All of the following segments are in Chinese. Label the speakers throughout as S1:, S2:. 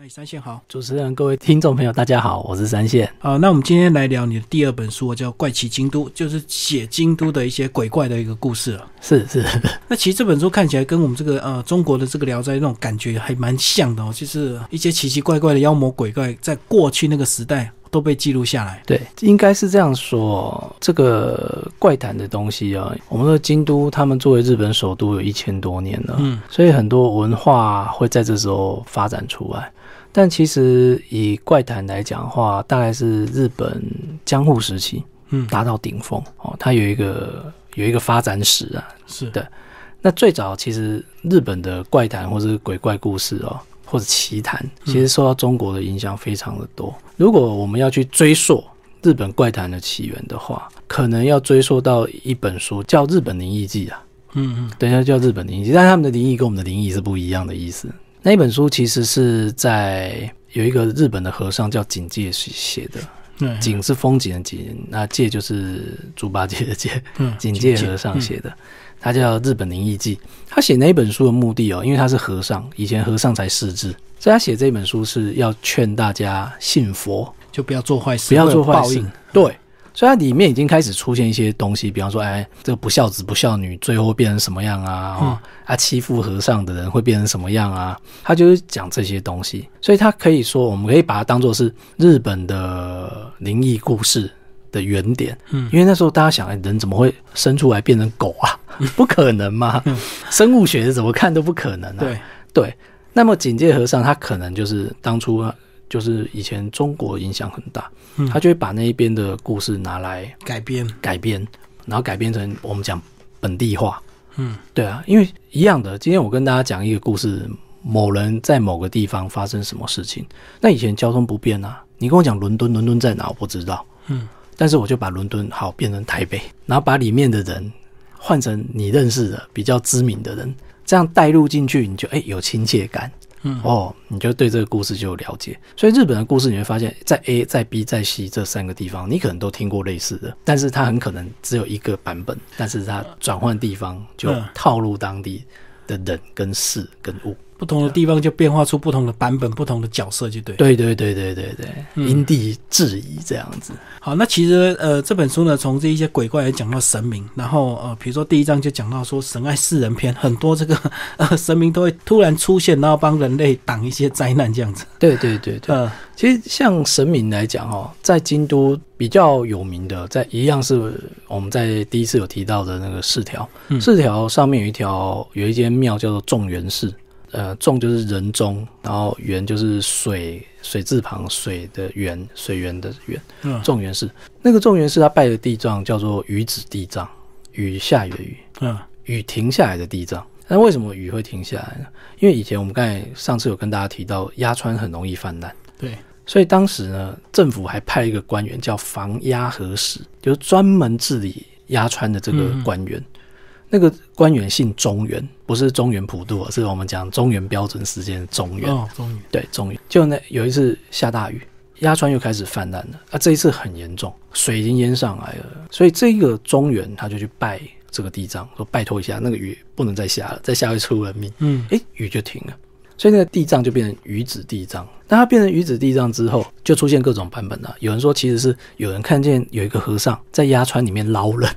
S1: 哎，三线好，
S2: 主持人，各位听众朋友，大家好，我是三线。
S1: 好，那我们今天来聊你的第二本书，叫《怪奇京都》，就是写京都的一些鬼怪的一个故事了。
S2: 是是，
S1: 那其实这本书看起来跟我们这个呃中国的这个《聊斋》那种感觉还蛮像的哦，就是一些奇奇怪怪的妖魔鬼怪，在过去那个时代都被记录下来。
S2: 对，应该是这样说。这个怪谈的东西啊，我们的京都，他们作为日本首都有一千多年了，
S1: 嗯，
S2: 所以很多文化会在这时候发展出来。但其实以怪谈来讲的话，大概是日本江户时期
S1: 嗯，
S2: 达到顶峰哦，它有一个有一个发展史啊，
S1: 是
S2: 对那最早其实日本的怪谈或是鬼怪故事哦，或者奇谈，其实受到中国的影响非常的多。如果我们要去追溯日本怪谈的起源的话，可能要追溯到一本书叫《日本灵异记》啊，
S1: 嗯嗯
S2: 等一下叫《日本灵异记》，但他们的灵异跟我们的灵异是不一样的意思。那一本书其实是在有一个日本的和尚叫警戒写的，
S1: 对，
S2: 景是风景的景，那戒就是猪八戒的戒。
S1: 嗯
S2: 警戒和尚
S1: 嗯
S2: 写的，他叫《日本灵异记》。他写那一本书的目的哦，因为他是和尚，以前和尚才识字，所以他写这本书是要劝大家信佛，
S1: 嗯就不要做坏事，
S2: 不要做坏
S1: 会有
S2: 事
S1: 报应。
S2: 对，所以它里面已经开始出现一些东西，比方说，哎，这个不孝子、不孝女最后会变成什么样啊？
S1: 嗯
S2: 哦，啊，欺负和尚的人会变成什么样啊？他就是讲这些东西，所以他可以说，我们可以把它当做是日本的灵异故事。的原点，
S1: 嗯
S2: 因为那时候大家想，哎人怎么会生出来变成狗啊？ 不可能嘛！生物学怎么看都不可能啊。
S1: 嗯对，
S2: 对，那么警戒和尚他可能就是当初啊就是以前中国影响很大，
S1: 嗯
S2: 他就会把那一边的故事拿来
S1: 改编，
S2: 改编，然后改编成我们讲本地化。
S1: 嗯，
S2: 对啊，因为一样的，今天我跟大家讲一个故事，某人在某个地方发生什么事情，那以前交通不便啊，你跟我讲伦敦，伦敦在哪我不知道，
S1: 嗯，
S2: 但是我就把伦敦好变成台北，然后把里面的人换成你认识的比较知名的人，这样带入进去，你就哎、有亲切感。
S1: 嗯
S2: 哦，你就对这个故事就有了解。所以日本的故事你会发现，在 A、在 B、在 C 这三个地方，你可能都听过类似的，但是它很可能只有一个版本，但是它转换地方就
S1: 嗯
S2: 套路当地的人跟事跟物。
S1: 不同的地方就变化出不同的版本、不同的角色，就对。嗯
S2: 对对对对对对，因地制宜这样子。
S1: 好，那其实呃，这本书呢，从这一些鬼怪来讲到神明，然后呃，比如说第一章就讲到说神爱世人篇，很多这个 呃神明都会突然出现，然后帮人类挡一些灾难这样 子。
S2: 对对对对，
S1: 呃，
S2: 其实像神明来讲哦，在京都比较有名的，在一样是我们在第一次有提到的那个四条，
S1: 嗯
S2: 四条上面有一条有一间庙叫做众源寺，呃，众就是人中，然后源就是水水字旁水的源，水源的源，
S1: 嗯
S2: 众源寺。那个众源寺他拜的地藏叫做雨子地藏，雨下雨的雨，
S1: 嗯
S2: 雨停下来的地藏。那为什么雨会停下来呢？因为以前我们刚才上次有跟大家提到，鸭川很容易泛滥。
S1: 嗯对，
S2: 所以当时呢，政府还派一个官员叫防鸭河使，就是专门治理鸭川的这个官员。那个官员姓中原，不是中原普渡，啊是我们讲中原标准时间的中原。
S1: 哦，终于，
S2: 对，中原。就那有一次下大雨，鸭川又开始泛滥了。啊，这一次很严重，水已经淹上来了。所以这个中原他就去拜这个地藏，说拜托一下，那个雨不能再下了，再下会出人命。
S1: 嗯
S2: 诶，雨就停了，所以那个地藏就变成鱼子地藏。那它变成鱼子地藏之后，就出现各种版本了、有人说其实是有人看见有一个和尚在鸭川里面捞人，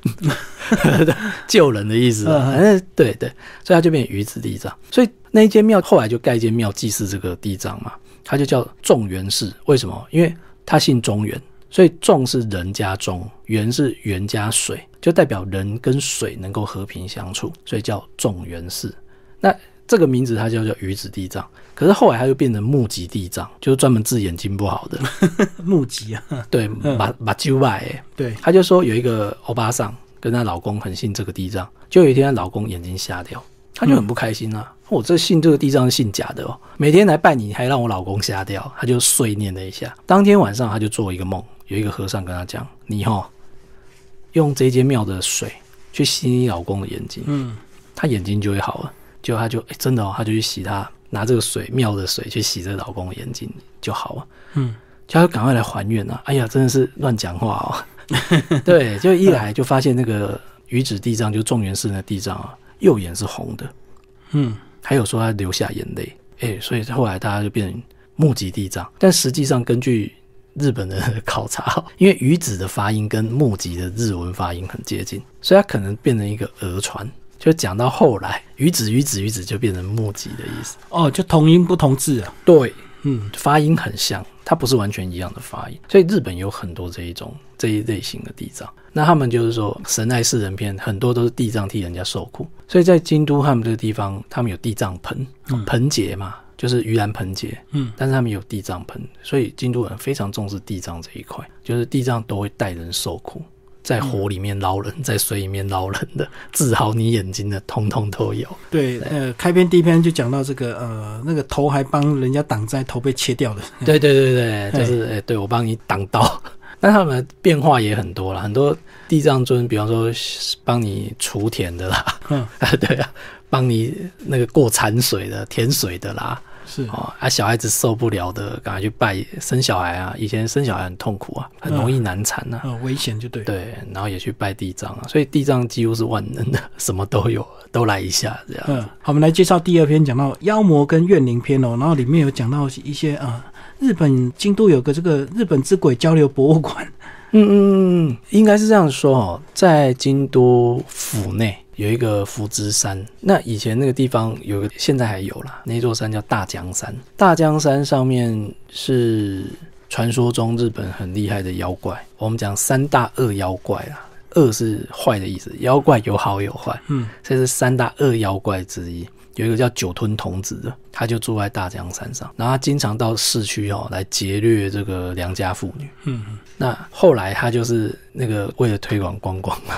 S2: 救人的意思、啊。
S1: 嗯
S2: 反正对对，所以它就变成鱼子地藏。所以那一间庙后来就盖一间庙祭祀这个地藏嘛，它就叫众源寺。为什么？因为他姓中原。所以众是人加中，源是源加水，就代表人跟水能够和平相处，所以叫众源寺。那这个名字它叫叫鱼子地藏，可是后来它就变成目击地藏，就是专门治眼睛不 好的，
S1: 募集啊，
S2: 对，把把揪外。
S1: 对，
S2: 他就说有一个欧巴桑跟她老公很信这个地藏，就有一天她老公眼睛瞎掉，她就很不开心啊。我、这信这个地藏是信假的哦，每天来拜你还让我老公瞎掉，她就碎念了一下。当天晚上她就做一个梦，有一个和尚跟她讲：“你哈、用这间庙的水去洗你老公的眼睛，
S1: 嗯
S2: 她眼睛就会好了。”结果她就、诶真的哦，她就去洗她拿这个水庙的水去洗这个老公的眼睛就好了。
S1: 嗯
S2: 叫他赶快来还愿啊！哎呀，真的是乱讲话哦。 对，就一来就发现那个鱼子地藏，就众源寺那地藏啊，右眼是红的，
S1: 嗯，
S2: 还有说他流下眼泪，哎、所以后来大家就变成募集地藏，但实际上根据日本的考察，因为鱼子的发音跟募集的日文发音很接近，所以它可能变成一个讹传。就讲到后来，鱼子鱼子鱼子就变成募集的意思。
S1: 哦，就同音不同字啊。
S2: 对，
S1: 嗯，
S2: 发音很像，它不是完全一样的发音，所以日本有很多这一种这一类型的地藏。那他们就是说神爱世人篇，很多都是地藏替人家受苦，所以在京都他们这个地方，他们有地藏盆，盆节嘛，就是盂兰盆节，
S1: 嗯，
S2: 但是他们有地藏盆，所以京都人非常重视地藏这一块，就是地藏都会带人受苦。在火里面捞人，在水里面捞人的，治好你眼睛的，通通都有。
S1: 对，呃，开篇第一篇就讲到这个，呃，那个头还帮人家挡在，头被切掉的。
S2: 对对对对，就是哎、对我帮你挡 刀。那他们的变化也很多了，很多地藏尊，比方说帮你除田的啦，
S1: 嗯，
S2: 对 啊，帮你那个过产水的、甜水的啦，
S1: 是，
S2: 哦啊，小孩子受不了的，赶快去拜生小孩啊，以前生小孩很痛苦啊，很容易难产啊，
S1: 呃，危险就对。
S2: 对，然后也去拜地藏啊，所以地藏几乎是万能的，什么都有，都来一下这样。
S1: 嗯，好，我们来介绍第二篇，讲到妖魔跟怨灵篇哦，然后里面有讲到一些啊、呃，日本京都有个这个日本之鬼交流博物馆，
S2: 嗯嗯嗯，嗯，应该是这样说哦，在京都府内有一个福之山，那以前那个地方有个，现在还有啦，那座山叫大江山。大江山上面是传说中日本很厉害的妖怪，我们讲三大恶妖怪啦。恶是坏的意思，妖怪有好有坏，
S1: 嗯，
S2: 这是三大恶妖怪之一。有一个叫酒吞童子的，他就住在大江山上，然后他经常到市区哦来劫掠这个良家妇女。
S1: 嗯，
S2: 那后来他就是那个为了推广观光 嘛，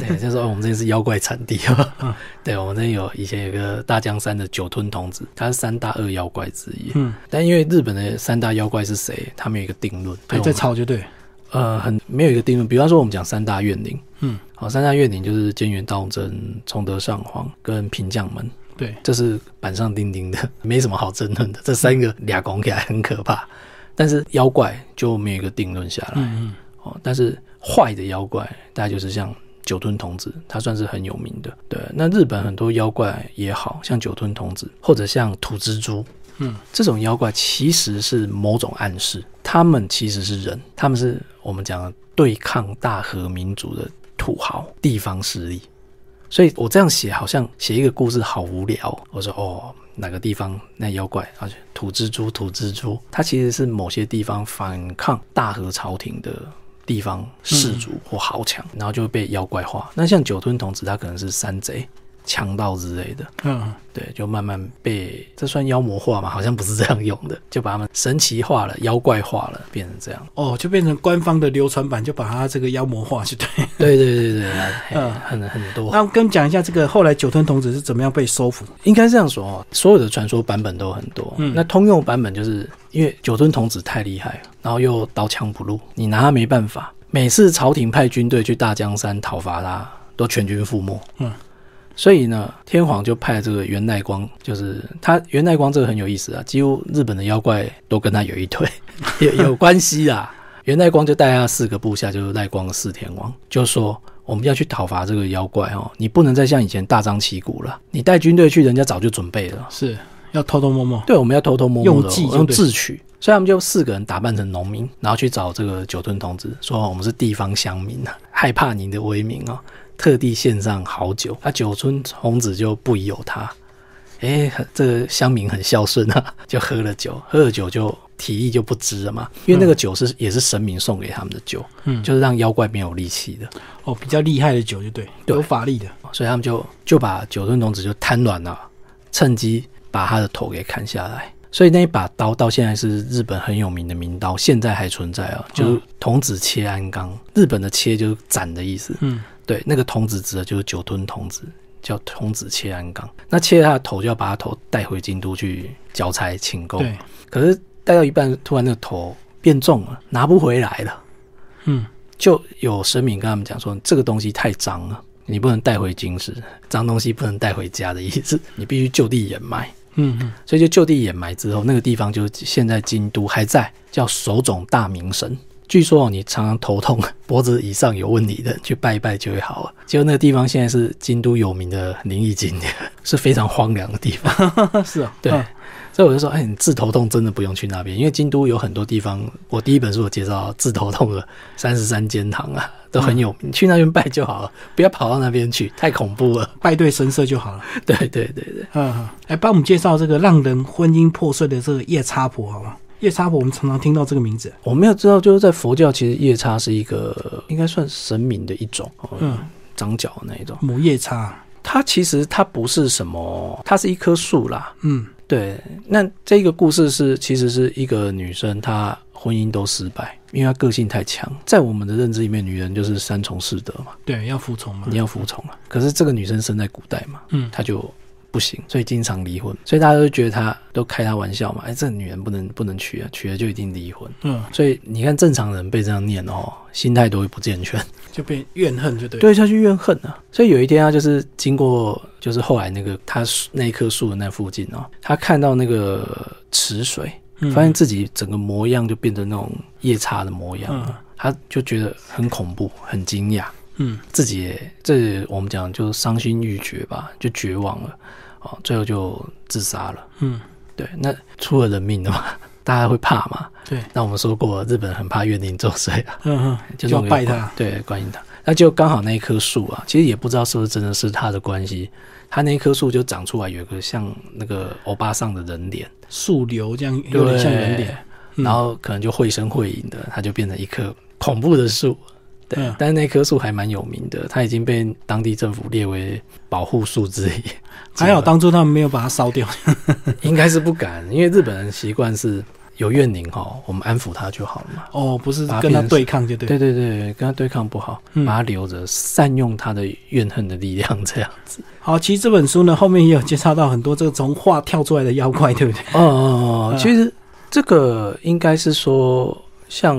S2: 对，就说哦我们这边是妖怪产地
S1: 嗯
S2: 哦， 对，我们这边有以前有个大江山的酒吞童子，他是三大恶妖怪之一。
S1: 嗯，
S2: 但因为日本的三大妖怪是谁，他们有一个定论，
S1: 还在吵就对，
S2: 呃，很没有一个定论。比方说，我们讲三大怨灵，
S1: 嗯，
S2: 好、三大怨灵就是菅原道真、崇德上皇跟平将门，
S1: 对，
S2: 这是板上钉钉的， 没什么好争论的。这三个俩拱起来很可怕，但是妖怪就没有一个定论下来。
S1: 嗯
S2: 哦，但是坏的妖怪，大概就是像酒吞童子，他算是很有名的。对，那日本很多妖怪也好像酒吞童子，或者像土蜘蛛，
S1: 嗯，
S2: 这种妖怪其实是某种暗示，他们其实是人，他们是我们讲的对抗大和民族的土豪地方势力。所以我这样写好像写一个故事好无聊。我说哦，哪个地方那妖怪，而且土蜘蛛，土蜘蛛，它其实是某些地方反抗大和朝廷的地方士族或豪强，然后就被妖怪化。那像酒吞童子，他可能是山贼、强盗之类的。
S1: 嗯嗯，
S2: 对，就慢慢被这算妖魔化嘛？好像不是这样用的， 就把他们神奇化了、妖怪化了，变成这样。
S1: 哦，就变成官方的流传版，就把它这个妖魔化 就对。
S2: 对对对对，嘿
S1: 嗯
S2: 很很多。
S1: 那跟我们讲一下这个后来九吞童子是怎么样被收服的？
S2: 应该这样说哦，所有的传说版本都很多。
S1: 嗯
S2: 那通用版本就是因为九吞童子太厉害了，然后又刀枪不入，你拿他没办法。每次朝廷派军队去大江山讨伐他，都全军覆没。
S1: 嗯，
S2: 所以呢，天皇就派这个源赖光，就是他源赖光这个很有意思啊，几乎日本的妖怪都跟他有一腿，有有关系啦。源赖光就带他四个部下，就是赖光的四天王，就说我们要去讨伐这个妖怪哦，你不能再像以前大张旗鼓了，你带军队去，人家早就准备了。
S1: 是要偷偷摸摸，
S2: 对，我们要偷偷摸摸的
S1: 用计就
S2: 用
S1: 对
S2: 智取。所以他们就四个人打扮成农民，然后去找这个酒吞童子，说我们是地方乡民啊，害怕您的威名哦，特地献上好酒。那酒吞童子就不疑有他，哎，很这个乡民很孝顺啊，就喝了酒，喝了酒就提议就不知了嘛，因为那个酒是、也是神明送给他们的酒，
S1: 嗯
S2: 就是让妖怪没有力气的。
S1: 哦，比较厉害的酒就对，
S2: 对
S1: 有法力的，
S2: 所以他们就就把九吞童子就瘫软了，趁机把他的头给砍下来。所以那一把刀到现在是日本很有名的名刀，现在还存在啊，就是童子切安纲。日本的切就是斩的意思，
S1: 嗯，
S2: 对，那个童子指的就是九吞童子，叫童子切安纲。那切他的头就要把他头带回京都去交差请购，
S1: 对，
S2: 可是带到一半，突然那个头变重了，拿不回来了。
S1: 嗯，
S2: 就有神明跟他们讲说，这个东西太脏了，你不能带回京师，脏东西不能带回家的意思， 你必须就地掩埋。
S1: 嗯嗯，
S2: 所以就就地掩埋之后，那个地方就是现在京都还在，叫手冢大明神。据说哦，你常常头痛、脖子以上有问题的，去拜一拜就会好了。结果那个地方现在 是京都有名的灵异景点，是非常荒凉的地方。
S1: 是啊，
S2: 对
S1: 嗯
S2: 所以我就说，哎，你治头痛真的不用去那边，因为京都有很多地方，我第一本书我介绍治头 痛的三十三间堂啊，
S1: 嗯
S2: 都很有名，去那边拜就好了，不要跑到那边去，太恐 怖了。
S1: 拜对神社就好了。
S2: 对对对对，
S1: 嗯，来帮我们介绍这个让人婚姻破碎的这个夜叉婆，好吗？夜叉婆，我们常常听到这个名字。
S2: 我们要知道，就是在佛教，其实夜叉是一个应该算神明的一种，哦、
S1: 嗯，
S2: 长角的那一种。
S1: 母夜叉，
S2: 它其实它不是什么，它是一棵树啦。
S1: 嗯
S2: 对，那这个故事是其实是一个女生，她婚姻都失败，因为她个性太强。在我们的认知里面，女人就是三从四德嘛，
S1: 对，要服从嘛
S2: 你。要服从啊。可是这个女生生在古代嘛，
S1: 嗯
S2: 她就不行，所以经常离婚。所以大家都觉得她都开她玩笑嘛，哎，这个女人不能不能娶啊，娶了就一定离婚。
S1: 嗯，
S2: 所以你看，正常人被这样念哦，心态都会不健全。
S1: 就变怨恨，就对。，
S2: 对，下去怨恨啊。所以有一天他就是经过，就是后来那个他树那一棵树的那附近哦，他看到那个池水，
S1: 嗯
S2: 发现自己整个模样就变成那种夜叉的模样了，
S1: 嗯
S2: 他就觉得很恐怖，很惊讶，
S1: 嗯
S2: 自己也这我们讲就是伤心欲绝吧，就绝望了，哦，最后就自杀了。
S1: 嗯，
S2: 对，那出了人命的嘛， 大家会怕嘛？
S1: 对，
S2: 那我们说过，日本很怕怨灵作祟 啊。
S1: 嗯
S2: 就
S1: 嗯，
S2: 是
S1: 就要
S2: 我们
S1: 拜
S2: 有关
S1: 他。
S2: 对，观音堂。那就刚好那一棵树啊，其实也不知道是不是真的是他的关系，他那一棵树就长出来有一个像那个欧巴桑的人脸，
S1: 树瘤这样有点像人脸，
S2: 对，然后可能就绘声绘影的，它就变成一棵恐怖的 树。对，
S1: 嗯
S2: 但是那棵树还蛮有名的，它已经被当地政府列为保护树之一。
S1: 还好当初他们没有把它烧掉。
S2: 应该是不敢，因为日本人习惯是有怨灵哈，我们安抚他就好了嘛。
S1: 哦，不是跟他对抗，就对。
S2: 对对对，跟他对抗不好，
S1: 嗯
S2: 把他留着，善用他的怨恨的力量，这样子。
S1: 好，其实这本书呢，后面也有介绍到很多这个从画跳出来的妖怪，对不对？
S2: 哦哦哦，
S1: 嗯
S2: 其实这个应该是说，像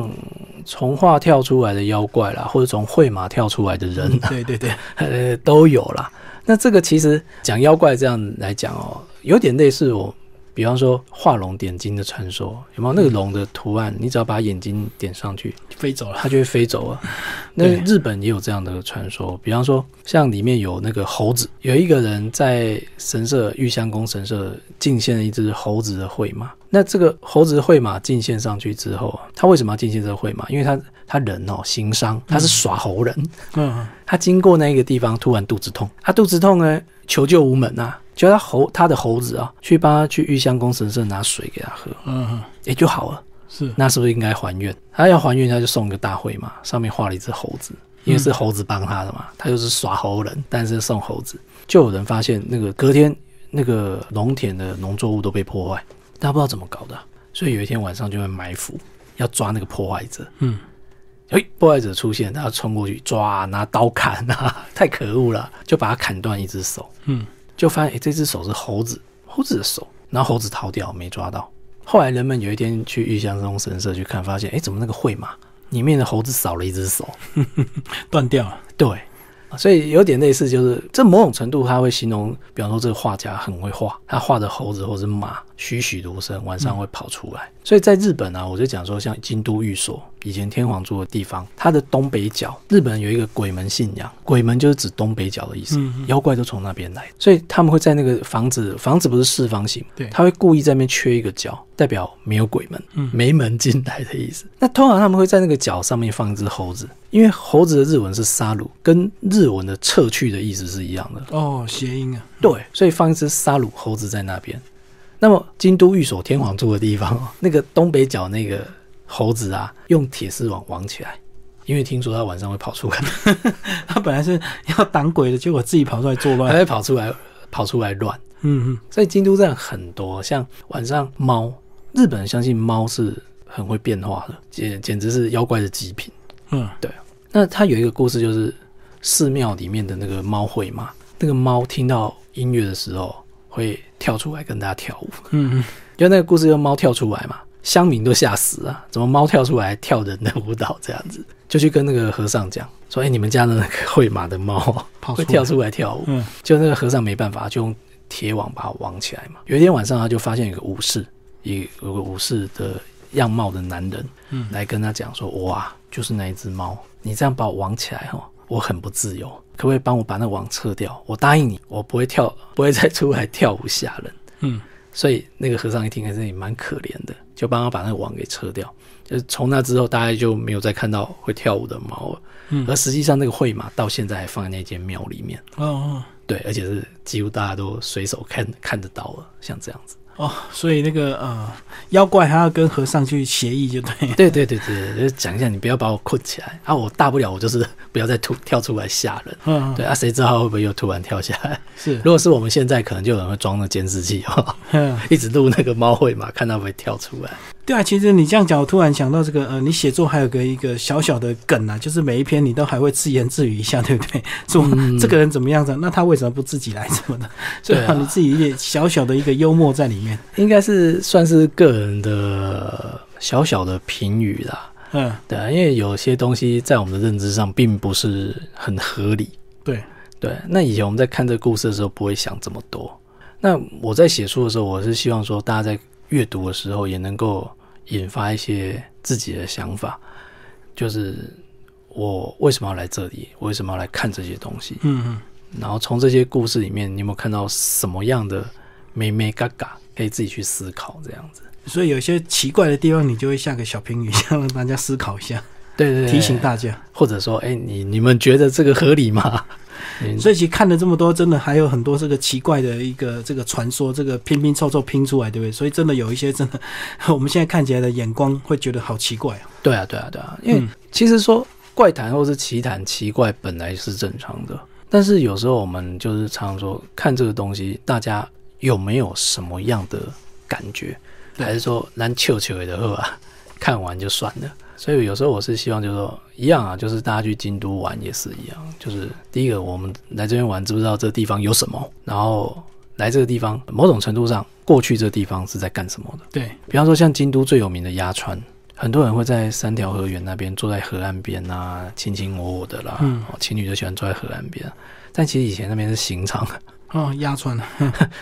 S2: 从画跳出来的妖怪啦，或者从绘马跳出来的人，
S1: 对对对，
S2: 呃，都有啦。那这个其实讲妖怪这样来讲哦，有点类似我，比方说画龙点睛的传说，有没有？那个龙的图案，你只要把眼睛点上去，
S1: 飞走了。
S2: 它就会飞走啊。那
S1: 对
S2: 日本也有这样的传说，比方说像里面有那个猴子，有一个人在神社玉香宫神社进献了一只猴子的绘马。那这个猴子的绘马进献上去之后啊，他为什么要进献这个绘马？因为他他人哦行伤，他是耍猴人，
S1: 嗯，
S2: 他经过那个地方突然肚子痛，他肚子痛呢求救无门啊，就他猴他的猴子啊去帮他去玉香宫神社拿水给他喝，
S1: 嗯，
S2: 也就好了。
S1: 是，
S2: 那是不是应该还愿？他要还愿，他就送一个大会嘛，上面画了一只猴子，因为是猴子帮他的嘛，他就是耍猴人，但是送猴子。就有人发现那个隔天那个农田的农作物都被破坏，大家不知道怎么搞的啊、所以有一天晚上就会埋伏，要抓那个破坏者。
S1: 嗯，
S2: 诶，破坏者出现，他要冲过去抓、啊，拿刀砍啊， 太可恶了，就把他砍断一只手。
S1: 嗯，
S2: 就发现诶，哎这只手是猴子，猴子的手，然后猴子逃掉没抓到。后来人们有一天去玉香中神社去看，发现诶，怎么那个绘马里面的猴子少了一只手？
S1: 断掉了。
S2: 对，所以有点类似，就是这某种程度他会形容，比方说这个画家很会画，他画的猴子或者马栩栩如生，晚上会跑出来。所以在日本啊，我就讲说，像京都御所以前天皇住的地方，它的东北角，日本有一个鬼门信仰，鬼门就是指东北角的意思，
S1: 嗯
S2: 妖怪都从那边来，所以他们会在那个房子，房子不是四方形，
S1: 对
S2: 他会故意在那边缺一个角，代表没有鬼门，
S1: 嗯
S2: 没门进来的意思。 那通常他们会在那个角上面放一只猴子，因为猴子的日文是杀戮，跟日文的撤去的意思是一样的。
S1: 哦，谐音啊。
S2: 对，所以放一只杀戮猴子在那边。那么京都御所天皇住的地方 哦，那个东北角那个猴子啊，用铁丝网网起来，因为听说它晚上会跑出来，
S1: 他本来是要挡鬼的，结果自己跑出来作
S2: 它
S1: 乱。
S2: 会跑出来，跑出来乱。
S1: 嗯嗯，
S2: 所以京都站很多，像晚上猫，日本人相信猫是很会变化的，简简直是妖怪的极品。
S1: 嗯，
S2: 那他有一个故事，就是寺庙里面的那个猫会嘛，那个猫听到音乐的时候会跳出来跟大家跳舞，
S1: 嗯嗯，
S2: 就那个故事，就猫跳出来嘛，乡民都吓死啊！怎么猫跳出来跳人的舞蹈这样子？就去跟那个和尚讲说：“哎、你们家的那个会马的猫哦
S1: 跑出
S2: 会
S1: 来
S2: 跳出来跳舞。”
S1: 嗯
S2: 就那个和尚没办法，就用铁网把它网起来嘛。有一天晚上，他就发现有个武士，一有个武士的样貌的男人，
S1: 嗯
S2: 来跟他讲说：“哇，就是那一只猫，你这样把我网起来哦，我很不自由，可不 可以帮我把那网撤掉？我答应你，我不会跳，不会再出来跳舞吓人。”
S1: 嗯
S2: 所以那个和尚一听，还是也蛮可怜的，就帮他把那个网给扯掉。就是从那之后，大家就没有再看到会跳舞的猫了。
S1: 嗯
S2: 而实际上，那个绘马到现在还放在那间庙里面，
S1: 哦哦
S2: 对，而且是几乎大家都随手看看得到了，像这样子。
S1: 哦，所以那个呃，妖怪还要跟和尚去协议，就对了。
S2: 对对对对，就是讲一下，你不要把我困起来啊！我大不了我就是 不要再突跳出来吓人。
S1: 嗯，
S2: 对啊，谁知道会不会又突然跳下来？
S1: 是，
S2: 如果是我们现在，可能就有人会装那监视器哦，
S1: 嗯，
S2: 一直录那个猫会嘛，看它会不会跳出来。
S1: 对啊。其实你这样讲，我突然想到这个，呃，你写作还有个一个小小的梗啊，就是每一篇你都还会自言自语一下，对不对？ 说、
S2: 嗯
S1: 这个人怎么样子，那他为什么不自己来什么的？所以、
S2: 对啊
S1: 你自己也小小的一个幽默在里面。
S2: 应该是算是个人的小小的评语啦。
S1: 嗯，
S2: 对啊，因为有些东西在我们的认知上并不是很合理。
S1: 对，
S2: 对，那以前我们在看这个故事的时候，不会想这么多。那我在写书的时候，我是希望说，大家在阅读的时候也能够引发一些自己的想法，就是我为什么要来这里，我为什么要来看这些东西，
S1: 嗯嗯。
S2: 然后从这些故事里面，你有没有看到什么样的美美嘎嘎，可以自己去思考这样子？
S1: 所以有些奇怪的地方，你就会下个小评语，让大家思考一下，
S2: 对对对，
S1: 提醒，大家。
S2: 或者说，哎，你你们觉得这个合理吗？ 你
S1: 所以其实看了这么多，真的还有很多这个奇怪的一个这个传说，这个拼拼凑凑拼出来，对不对？所以真的有一些真的，我们现在看起来的眼光会觉得好奇怪啊。
S2: 对啊，对啊，对啊，因为
S1: 嗯
S2: 其实说怪谈或是奇谈奇怪本来是正常的，但是有时候我们就是常常说看这个东西，大家有没有什么样的感觉，
S1: 对
S2: 还是说咱球球的 喝啊，看完就算了。所以有时候我是希望就是说一样啊，就是大家去京都玩也是一样，就是第一个我们来这边玩，知不知道这地方有什么，然后来这个地方某种程度上过去这地方是在干什么的。
S1: 对，
S2: 比方说像京都最有名的鸭川，很多人会在三条河原那边坐在河岸边啊，卿卿我我的啦，
S1: 嗯
S2: 哦，情侣就喜欢坐在河岸边。啊但其实以前那边是刑场，
S1: 哦，压穿了，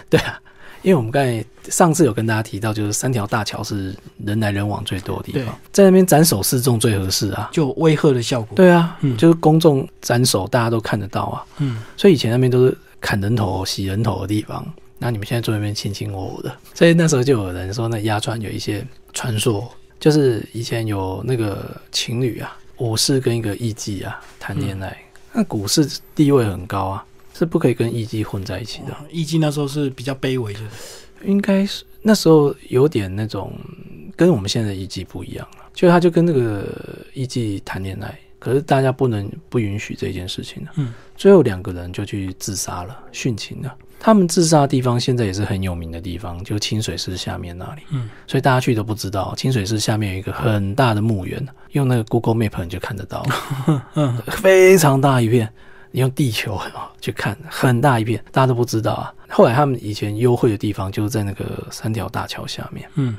S2: 对啊， 因为我们刚才上次有跟大家提到，就是三条大桥是人来人往最多的地
S1: 对
S2: 方，在那边斩首示众最合适啊。
S1: 就有威吓的效果。，
S2: 对啊，
S1: 嗯
S2: 就是公众斩首，大家都看得到啊。
S1: 嗯，
S2: 所以以前那边都是砍人头、洗人头的地方。那你们现在坐那边卿卿我我的，所以那时候就有人说，那鸭川有一些传说，就是以前有那个情侣啊，武士跟一个艺妓啊谈恋爱，那武士地位很高啊，是不可以跟艺妓混在一起的，
S1: 嗯哦易经那时候是比较卑微的，
S2: 应该是那时候有点那种跟我们现在的艺妓不一样了，就他就跟那个艺妓谈恋爱，可是大家不能不允许这件事情啊
S1: 嗯，
S2: 最后两个人就去自杀了，殉情了。他们自杀的地方现在也是很有名的地方，就清水寺下面那里。
S1: 嗯，
S2: 所以大家去都不知道，清水寺下面有一个很大的墓园，用那个 Google Map 你就看得到，
S1: 嗯，
S2: 非常大一片。你用地球啊去看，很大一片，大家都不知道啊。后来他们以前幽会的地方就是在那个三条大桥下面，
S1: 嗯，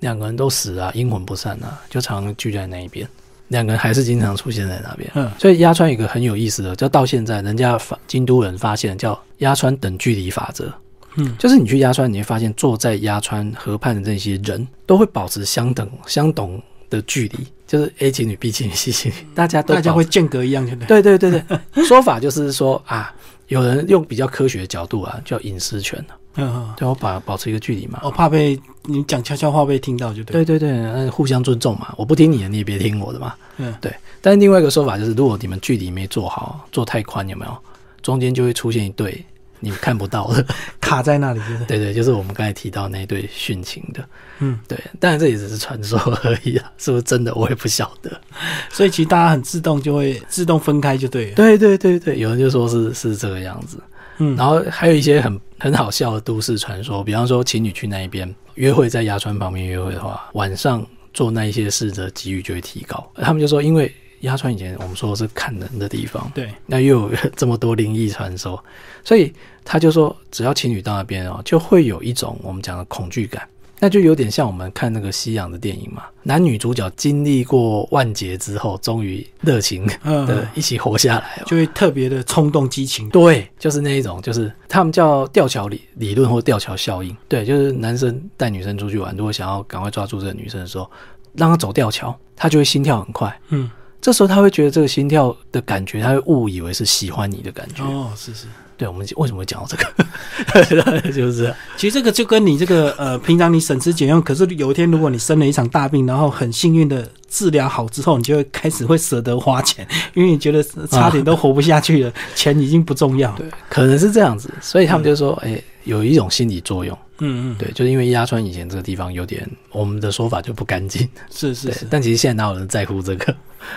S2: 两个人都死啊，阴魂不散啊，就常常聚在那一边。两个人还是经常出现在那边。
S1: 嗯
S2: 所以鸭川有一个很有意思的，就到现在人家发京都人发现叫鸭川等距离法则。
S1: 嗯
S2: 就是你去鸭川，你会发现坐在鸭川河畔的这些人都会保持相等相等的距离，就是 A 情侣、B 情侣、C 情侣，大家
S1: 嗯
S2: 都
S1: 大家
S2: 保
S1: 会间隔一样，对不对？
S2: 对对对对，说法就是说啊，有人用比较科学的角度啊，叫隐私权啊，
S1: 嗯嗯，
S2: 对我保保持一个距离嘛。
S1: 我怕被你讲悄悄话被听到，就对。
S2: 对对对，那互相尊重嘛，我不听你的，你也别听我的嘛。
S1: 嗯，
S2: 对。但是另外一个说法就是，如果你们距离没做好，做太宽，有没有？中间就会出现一对你看不到 的，
S1: 卡在那里，对不对？
S2: 对对，就是我们刚才提到那一对殉情的，
S1: 嗯，
S2: 对。当然这也只是传说而已啊，是不是真的我也不晓得。
S1: 所以其实大家很自动就会自动分开，就对了。
S2: 对对对对，有人就说是是这个样子，
S1: 嗯
S2: 然后还有一些很很好笑的都市传说，比方说情侣去那一边约会，在鸭川旁边约会的话，晚上做那一些事的几率就会提高。他们就说，因为鸭川以前我们说是砍人的地方，
S1: 对，
S2: 那又有 这么多灵异传说，所以他就说，只要情侣到那边哦，就会有一种我们讲的恐惧感。那就有点像我们看那个西洋的电影嘛，男女主角经历过万劫之后，终于热情
S1: 嗯，
S2: 的一起活下来、哦。
S1: 就会特别的冲动激情。
S2: 对，就是那一种，就是他们叫吊桥理理论或吊桥效应。对，就是男生带女生出去玩，如果想要赶快抓住这个女生的时候，让她走吊桥，她就会心跳很快。
S1: 嗯，
S2: 这时候他会觉得这个心跳的感觉，他会误以为是喜欢你的感觉。
S1: 哦，是是，
S2: 对，我们为什么会讲到这个？ 就是啊
S1: 其实这个就跟你这个呃，平常你省吃俭用，可是有一天如果你生了一场大病，然后很幸运的治疗好之后，你就会开始会舍得花钱，因为你觉得差点都活不下 去了，钱已经不重要。
S2: 对，可能是这样子，所以他们就说，哎、有一种心理作用，
S1: 嗯嗯，
S2: 对，就是因为鸭川以前这个地方有点，我们的说法就不干净，
S1: 是是
S2: 对
S1: 是，，
S2: 但其实现在哪有人在乎这个？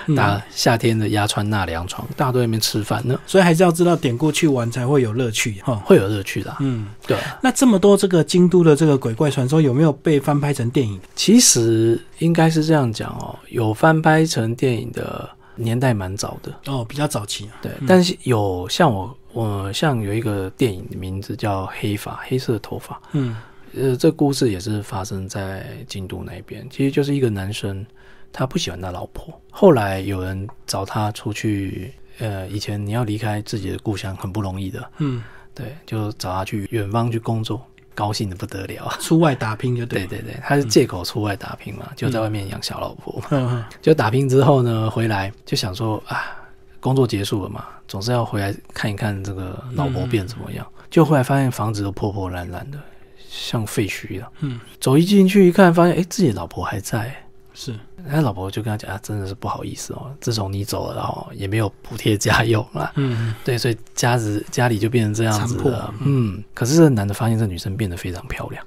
S1: 嗯
S2: 那、夏天的鸭川纳凉床，大家都在那边吃饭呢，
S1: 所以还是要知道典故去玩才会有乐趣哈。
S2: 会有乐趣的啊、
S1: 嗯，
S2: 对啊，
S1: 那这么多这个京都的这个鬼怪传说有没有被翻拍成电影？
S2: 其实应该是这样讲哦，有翻拍成电影的年代蛮早的，
S1: 哦，比较早期啊。
S2: 对，
S1: 嗯
S2: 但是有像我，我像有一个电影的名字叫《黑发》，黑色的头发。
S1: 嗯
S2: 呃，这故事也是发生在京都那边，其实就是一个男生，他不喜欢他老婆，后来有人找他出去，呃，以前你要离开自己的故乡很不容易的，
S1: 嗯，
S2: 对，就找他去远方去工作，高兴的不得了。
S1: 出外打拼就对嗯
S2: 对
S1: 了。
S2: 对对，他是借口出外打拼嘛，就在外面养小老婆。
S1: 嗯嗯
S2: 就打拼之后呢，回来就想说啊，工作结束了嘛，总是要回来看一看这个老婆变怎么样。
S1: 嗯
S2: 就后来发现房子都破破烂烂的，像废墟一样。
S1: 嗯，
S2: 走一进去一看，发现哎、诶自己老婆还在。
S1: 是
S2: 他老婆就跟他讲啊，真的是不好意思哦，自从你走了，然后也没有补贴家用啦。
S1: 嗯
S2: 对，所以家子家里就变成这样子
S1: 残
S2: 了
S1: 破。
S2: 嗯，可是这男的发现这女生变得非常漂亮，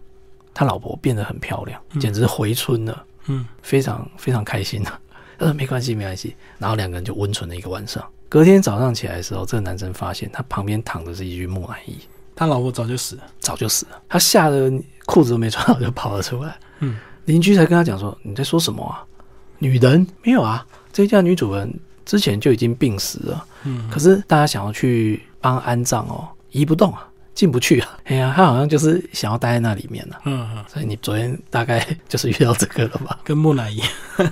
S2: 他老婆变得很漂亮，简直是回春了。
S1: 嗯
S2: 非常非常开心啊。呃，没关系，没关系。然后两个人就温存了一个晚上。隔天早上起来的时候，这个男生发现他旁边躺的是一具木乃伊，
S1: 他老婆早就死了。
S2: 早就死了。他吓得裤子都没穿好就跑了出来。
S1: 嗯，
S2: 邻居才跟他讲说：“你在说什么啊？女人没有啊，这家女主人之前就已经病死了。”
S1: 嗯
S2: 可是大家想要去帮安葬哦，移不动啊，进不去啊。哎 呀，他好像就是想要待在那里面啊。
S1: 嗯，嗯？
S2: 所以你昨天大概 就是遇到这个了吧
S1: 跟木乃伊。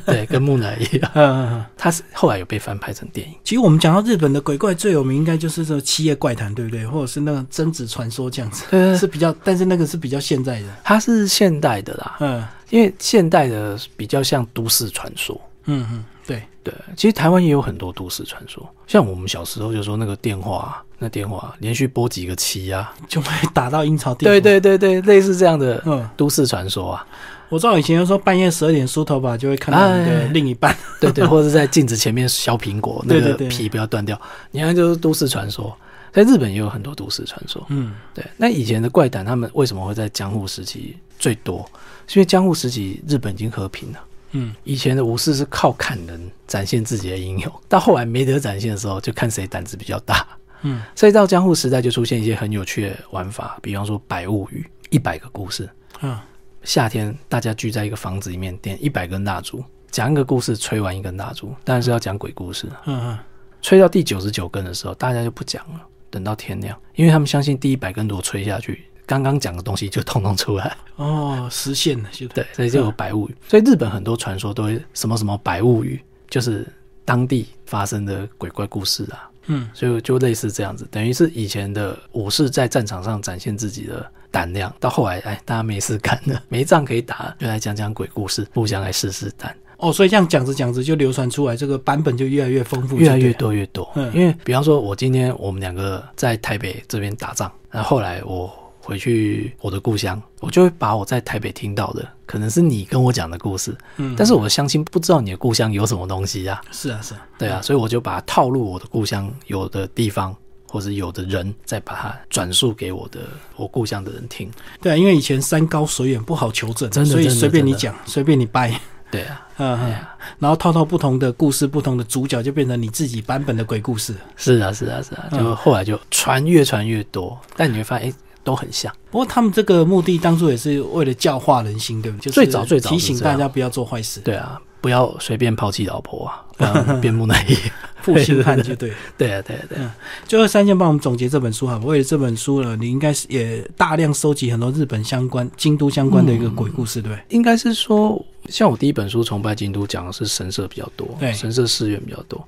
S2: 对，跟木乃伊啊。
S1: 嗯嗯嗯。
S2: 它是后来有被翻拍成电影。
S1: 其实我们讲到日本的鬼怪最有名，应该就是这个《七夜怪谈》，对不对？或者是那个贞子传说这样子，
S2: 对啊
S1: 是
S2: 是
S1: 比较，但是那个是比较现在的。
S2: 它是现代的啦，
S1: 嗯
S2: 因为现代的比较像都市传说。
S1: 嗯嗯，对，
S2: 对，其实台湾也有很多都市传说，像我们小时候就说那个电话啊，那电话连续拨几个七啊，
S1: 就会打到阴曹地府。
S2: 对，对对对，类似这样的
S1: 嗯，
S2: 都市传说啊，
S1: 我知道以前就说半夜十二点梳头发就会看到你的
S2: 哎
S1: 另一半。
S2: 对对，或者是在镜子前面削苹果，那
S1: 对对
S2: 个
S1: 对
S2: 皮不要断掉，你看就是都市传说。在日本也有很多都市传说，
S1: 嗯
S2: 对，那以前的怪谈他们为什么会在江户时期最多？是因为江户时期日本已经和平了。
S1: 嗯，
S2: 以前的武士是靠砍人展现自己的英勇，到后来没得展现的时候，就看谁胆子比较大。
S1: 嗯，
S2: 所以到江户时代就出现一些很有趣的玩法，比方说百物语，一百个故事。
S1: 嗯，
S2: 夏天大家聚在一个房子里面，点一百根蜡烛，讲一个故事，吹完一根蜡烛，当然是要讲鬼故事。啊
S1: 嗯嗯，
S2: 吹到第九十九根的时候，大家就不讲了，等到天亮，因为他们相信第一百根如果吹下去，刚刚讲的东西就通通出来。
S1: 哦，实现了，就对。
S2: 对，所以就有百物语。所以日本很多传说都会什么什么百物语，就是当地发生的鬼怪故事啊。
S1: 嗯，
S2: 所以就类似这样子，等于是以前的武士在战场上展现自己的胆量，到后来哎，大家没事干了，没仗可以打，就来讲讲鬼故事，互相来试试胆，
S1: 哦，所以这样讲着讲着就流传出来，这个版本就越来越丰富，
S2: 越来
S1: 就对
S2: 越
S1: 了。
S2: 多越多。
S1: 嗯
S2: 因为比方说，我今天我们两个在台北这边打仗，然后后来我。回去我的故乡，我就会把我在台北听到的，可能是你跟我讲的故事，
S1: 嗯，
S2: 但是我的乡亲不知道你的故乡有什么东西呀、
S1: 是啊是啊，
S2: 对啊，所以我就把它套入我的故乡有的地方，或者有的人，再把它转述给我的我故乡的人听。
S1: 对啊，因为以前山高水远不好求证，
S2: 真的
S1: 所以
S2: 真的
S1: 随便你
S2: 真的
S1: 讲，随便你 掰。
S2: 对啊，
S1: 嗯
S2: 对
S1: 嗯，
S2: 啊，
S1: 然后套到不同的故事、不同的主角，就变成你自己版本的鬼故事。
S2: 是啊，是啊，是啊，
S1: 嗯
S2: 就后来就传越传越多，但你会发现，哎、都很像。
S1: 不过他们这个目的当初也是为了教化人心，对不对？就是
S2: 最早最早是
S1: 提醒大家不要做坏事，
S2: 啊对啊，不要随便抛弃老婆啊，不然变木乃伊。
S1: 负心汉就对。
S2: 对啊，对啊，对啊，
S1: 最后三件帮我们总结这本书好吧？为了这本书呢，你应该是也大量收集很多日本相关、京都相关的一个鬼故事，对不对？
S2: 应该是说，像我第一本书《崇拜京都》讲的是神社比较多
S1: 对，
S2: 神社寺院比较多。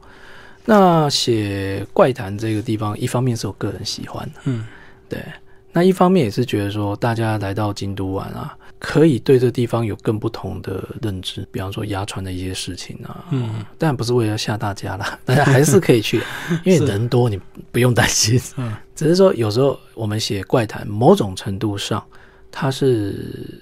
S2: 那写怪谈这个地方，一方面是我个人喜欢，
S1: 嗯
S2: 对，那一方面也是觉得说，大家来到京都玩啊，可以对这地方有更不同的认知，比方说压川的一些事情啊，
S1: 嗯，
S2: 但不是为了吓大家啦， 大家还是可以去，啊因为人多，你不用担心。
S1: 嗯，
S2: 只是说有时候我们写怪谈，某种程度上它是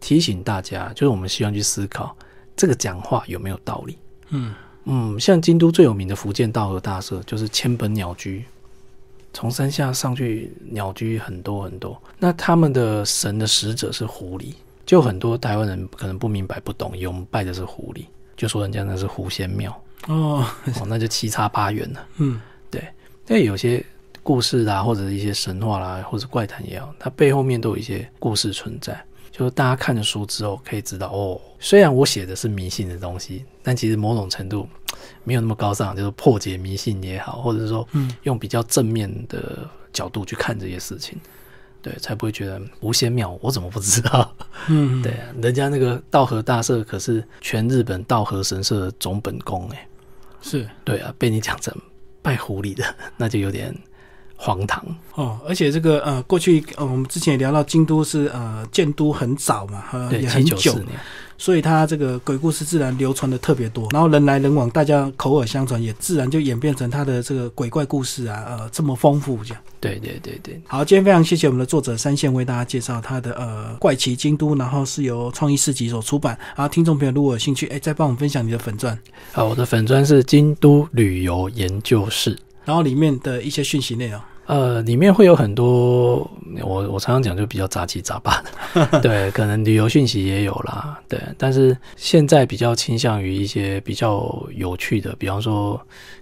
S2: 提醒大家，就是我们希望去思考这个讲话有没有道理。
S1: 嗯
S2: 嗯，像京都最有名的福建道和大社，就是千本鸟居，从山下上去鸟居很多很多。那他们的神的使者是狐狸，就很多台湾人可能不明白不懂，以为我们拜的是狐狸，就说人家那是狐仙庙，
S1: 哦，
S2: 哦，那就七差八远了。
S1: 嗯
S2: 但有些故事啦，或者是一些神话啦，或者怪谈也好，它背后面都有一些故事存在。就是大家看了书之后，可以知道哦，虽然我写的是迷信的东西，但其实某种程度没有那么高尚，就是破解迷信也好，或者是说
S1: 嗯
S2: 用比较正面的角度去看这些事情，对，才不会觉得嗯无仙庙我怎么不知道？
S1: 嗯，
S2: 对，啊，人家那个道和大社可是全日本道和神社的总本宫哎、
S1: 是
S2: 对啊，被你讲成拜狐狸的， 那就有点荒唐。
S1: 哦，而且这个呃，过去呃，我们之前也聊到京都是呃建都很早嘛，呃
S2: 对，
S1: 也
S2: 七
S1: 很
S2: 九四
S1: 久，
S2: 年，
S1: 所以它这个鬼故事自然流传的特别多，然后人来人往，大家口耳相传，也自然就演变成它的这个鬼怪故事啊，呃，这么丰富这样。
S2: 对对对对，
S1: 好，今天非常谢谢我们的作者三线为大家介绍他的呃《怪奇京都》，然后是由创意市集所出版。然后听众朋友如果有兴趣，哎、再帮我们分享你的粉钻，
S2: 啊，我的粉砖是京都旅游研究室，
S1: 然后里面的一些讯息内容。
S2: 呃，里面会有很多我我常常讲就比较杂七杂八 的，对，可能旅游讯息也有啦，对，但是现在比较倾向于一些比较有趣的，比方说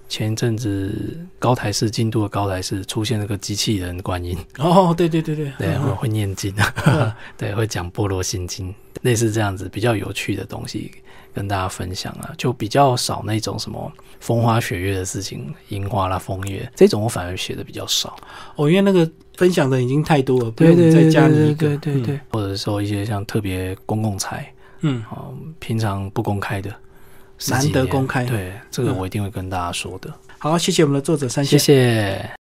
S2: 前一阵子高台市京都的高台市出现那个机器人观音，
S1: 哦，对对对对，
S2: 对，
S1: 嗯
S2: 会会念经， 对，会讲波罗心经，类似这样子比较有趣的东西跟大家分享啊，就比较少那种什么风花雪月的事情，樱花啦、风月这种，我反而写的比较少。
S1: 哦，因为那个分享的已经太多了，不用再加你一个。
S2: 对对对，嗯或者说一些像特别公共财，
S1: 嗯，嗯，
S2: 哦，平常不公开的，十几
S1: 难得
S2: 年
S1: 公开
S2: 对，这个
S1: 嗯
S2: 我一定会跟大家说的。
S1: 好，谢谢我们的作者三线
S2: 谢。谢。